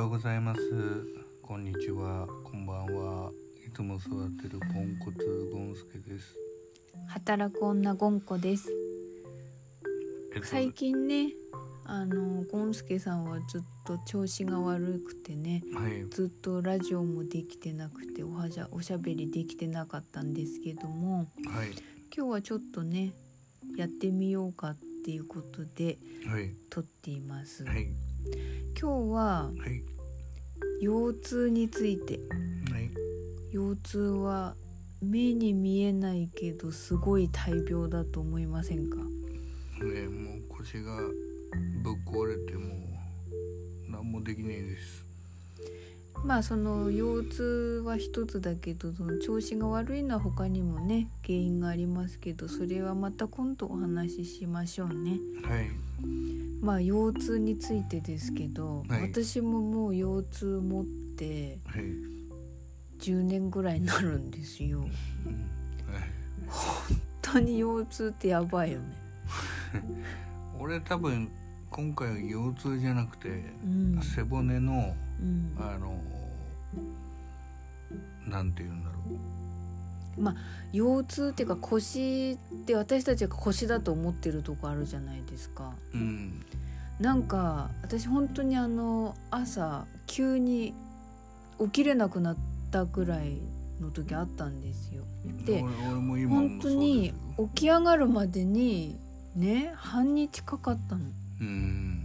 うございますこんにちはこんばんはいつも座ってるポンコツゴンスケです働く女ゴンコですえっと最近ねあのゴンスケさんはずっと調子が悪くてねはいずっとラジオもできてなくておはじゃおしゃべりできてなかったんですけどもはい今日はちょっとねやってみようかっていうことではい撮っています、はい今日ははい腰痛についはてい腰痛は目に見えないけどすごい大病だと思いませんかねもう腰がぶっ壊れてもう何もできないですまあその腰痛は一つだけどその調子が悪いのは他にもね原因がありますけどそれはまた今度お話ししましょうね。はいまあ腰痛についてですけど、はい私ももう腰痛持ってはい、 10年ぐらいになるんですよ。うんはい本当に腰痛ってやばいよね。俺多分今回は腰痛じゃなくてうん、背骨のうん、あのなんて言うんだろ腰痛っていうか腰って私たちが腰だと思ってるとこあるじゃないですか。ううんなんか私本当にあの朝急に起きれなくなったぐらいの時あったんですよ。で俺俺も今も本当そにうですよ起き上がるまでにね半日かかったの。うん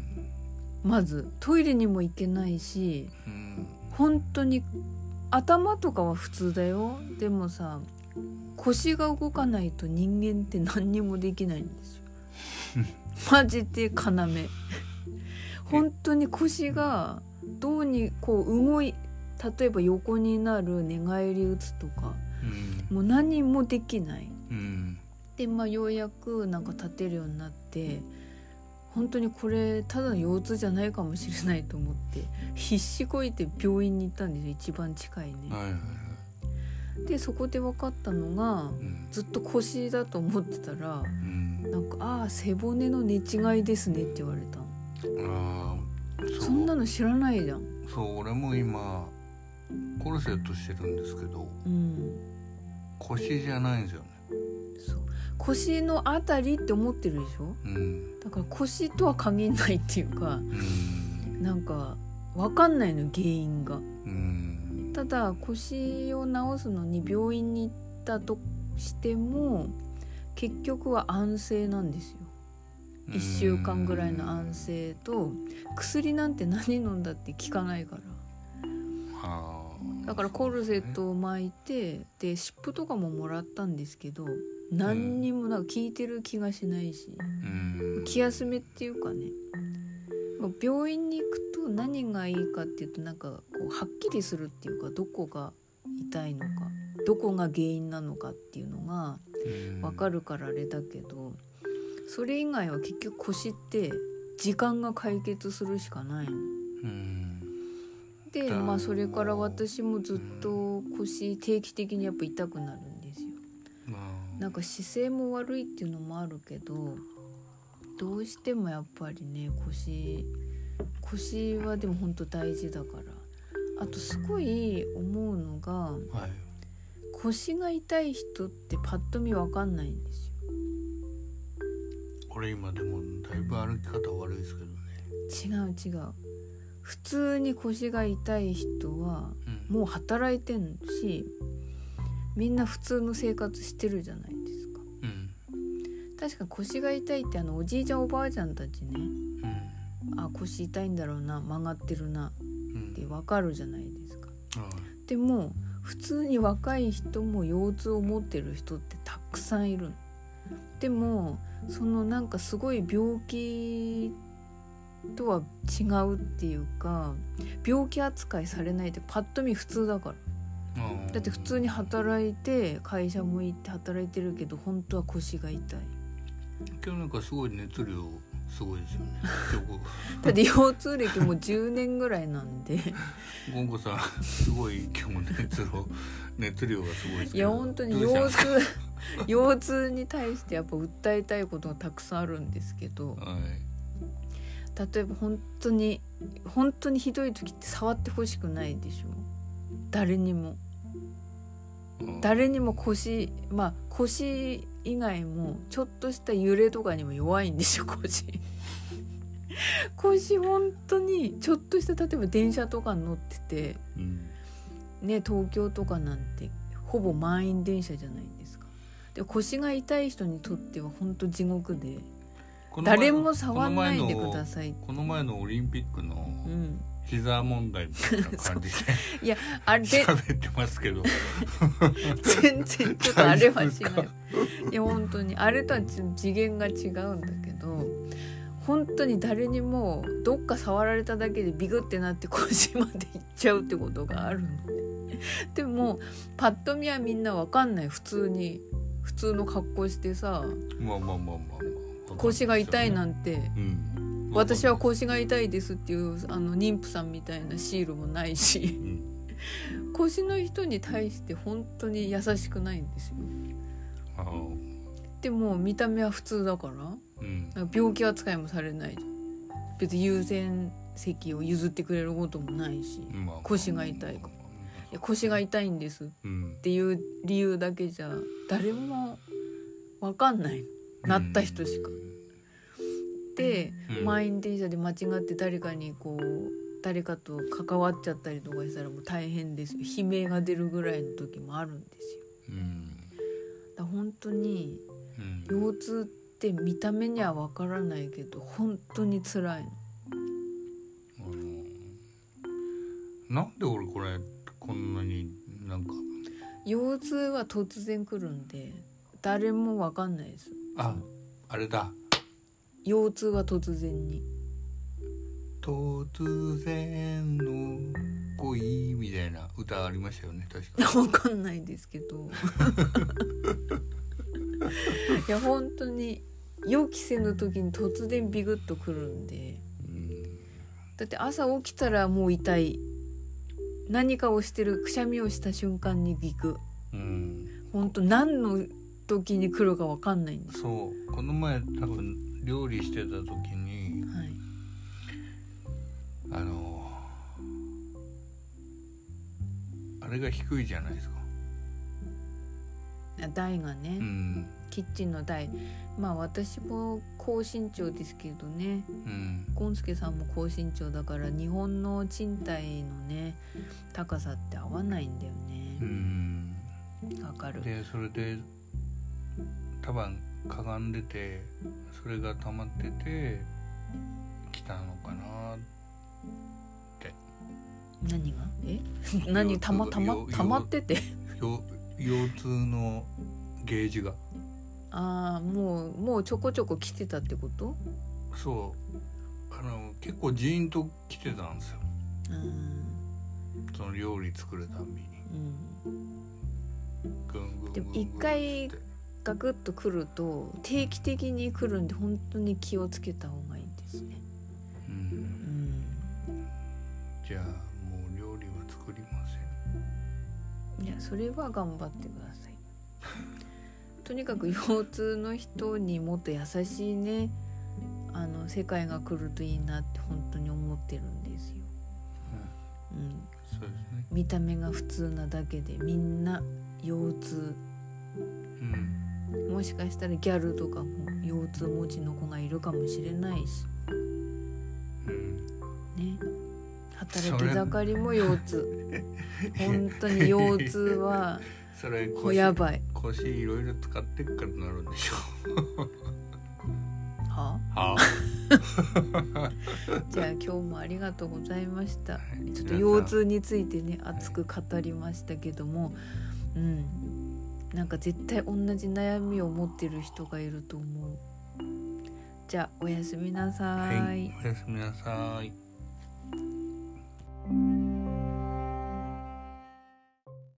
まずトイレにも行けないしうん本当に頭とかは普通だよでもさ腰が動かないと人間って何にもできないんですよマジで要本当に腰がどうにこう動い例えば横になる寝返り打つとかうんもう何もできないうんでまあようやくなんか立てるようになって本当にこれただの腰痛じゃないかもしれないと思って必死こいて病院に行ったんですよ一番近いね。はいはいはいでそこで分かったのうがんずっと腰だと思ってたらうんなんか「ああ背骨の寝違いですね」って言われたあのあそんなの知らないじゃん。そう俺も今コルセットしてるんですけどうん、腰じゃないんですよねそう腰のあたりって思ってるでしょうんだから腰とは限らないっていうかうんなんか分かんないの原因が。うんただ腰を治すのに病院に行ったとしても結局は安静なんですよ1週間ぐらいの安静と薬なんて何飲んだって効かないからあーだからコルセットを巻いてで湿布とかももらったんですけど何にもなんか効いてる気がしないしうん気休めっていうかねまあ病院に行くと何がいいかっていうとなんかこうはっきりするっていうかどこが痛いのかどこが原因なのかっていうのが分かるからあれだけどそれ以外は結局腰って時間が解決するしかないの。うんでだまあそれから私もずっと腰定期的にやっぱ痛くなるんですよ。まあなんか姿勢も悪いっていうのもあるけどどうしてもやっぱりね腰腰はでも本当大事だからあとすごい思うのがはい腰が痛い人ってパッと見わかんないんですよ俺今でもだいぶ歩き方悪いですけどね違う違う普通に腰が痛い人はうんもう働いてんしみんな普通の生活してるじゃないですかうん確かに腰が痛いってあのおじいちゃんおばあちゃんたちねうんあ腰痛いんだろうな曲がってるなうんってわかるじゃないですかはいでも普通に若い人も腰痛を持ってる人ってたくさんいるのでもそのなんかすごい病気とは違うっていうか病気扱いされないってパッと見普通だからあーだって普通に働いて会社も行って働いてるけど本当は腰が痛い今日なんかすごい熱量すごいですよね 今だって腰痛歴もう10年ぐらいなんで日ゴンゴさんすごい今日も熱量熱量がすごいですけいどや本当にどうしたんで腰すか痛 腰痛に対してやっぱ訴えたいことがたくさんあるんですけどはい例えば本当に本当にひどい時って触ってほしくないでしょ誰にもうん誰にも腰まあ腰以外もちょっとした揺れとかにも弱いんですよ腰 腰本当にちょっとした例えば電車とかに乗っててうんね東京とかなんてほぼ満員電車じゃないですかで腰が痛い人にとっては本当地獄でこの前誰も触んないでくださいってこの前のオリンピックのうん膝問題みたいな感じで あれ喋ってますけど全然ちょっとあれは違う大丈夫ですいや本当にあれとはち次元が違うんだけど本当に誰にもどっか触られただけでビグってなって腰まで行っちゃうってことがあるのででもパッと見はみんなわかんない普通に普通の格好してさまあまあまあまあまあ腰が痛いなんて、うん私は腰が痛いですっていうあの妊婦さんみたいなシールもないし うん腰の人に対して本当に優しくないんですよあーでも見た目は普通だからうんなんか病気扱いもされない別に優先席を譲ってくれることもないしいまあ腰が痛いかや腰が痛いんですっうんていう理由だけじゃ誰もわかんないなった人しか。でうん満員電車で間違って誰かにこう誰かと関わっちゃったりとかしたらもう大変ですよ悲鳴が出るぐらいの時もあるんですよ。うんだから本当にうん腰痛って見た目にはわからないけど本当に辛いの。あのなんで俺これこんなになんか腰痛は突然来るんで誰もわかんないですああれだ腰痛は突然に 突然の恋みたいな歌ありましたよね確か わかんないですけ どいや本当に予期せぬ時に突然ビグッと来るんでうんだって朝起きたらもう痛い何かをしてるくしゃみをした瞬間にビグうん本当何の時に来るかわかんないんです、そうこの前多分料理してた時にはい、あのあれが低いじゃないですかあ台がね、うんキッチンの台まあ私も高身長ですけどねうんゴンスケさんも高身長だから日本の賃貸のね高さって合わないんだようねんわかるでそれで多分かがんでてそれが溜まってて来たのかな何がえ何たまたまよたまっててよ腰痛のゲージがああもうもうちょこちょこ来てたってことそうあの結構ジーンと来てたんですようんその料理作るたんびにうんぐんぐんぐんぐんでも一回ガクッと来ると定期的に来るんで本当に気をつけた方がいいですねうんうんじゃあもう料理は作りませんいやそれは頑張ってください とにかく腰痛の人にもっと優しいねあの世界が来るといいなって本当に思ってるんですよ、うん、そうですね見た目が普通なだけでみんな腰痛うんもしかしたらギャルとかも腰痛持ちの子がいるかもしれないしうんね働き盛りも腰痛本当に腰痛はそれほ 腰やばい腰いろいろ使ってっからなるんでしょはうはじゃあ今日もありがとうございました。いちょっと腰痛についてね熱く語りましたけども、うん、なんか絶対同じ悩みを持ってる人がいると思う。じゃあおやすみなさはいいおやすみなさい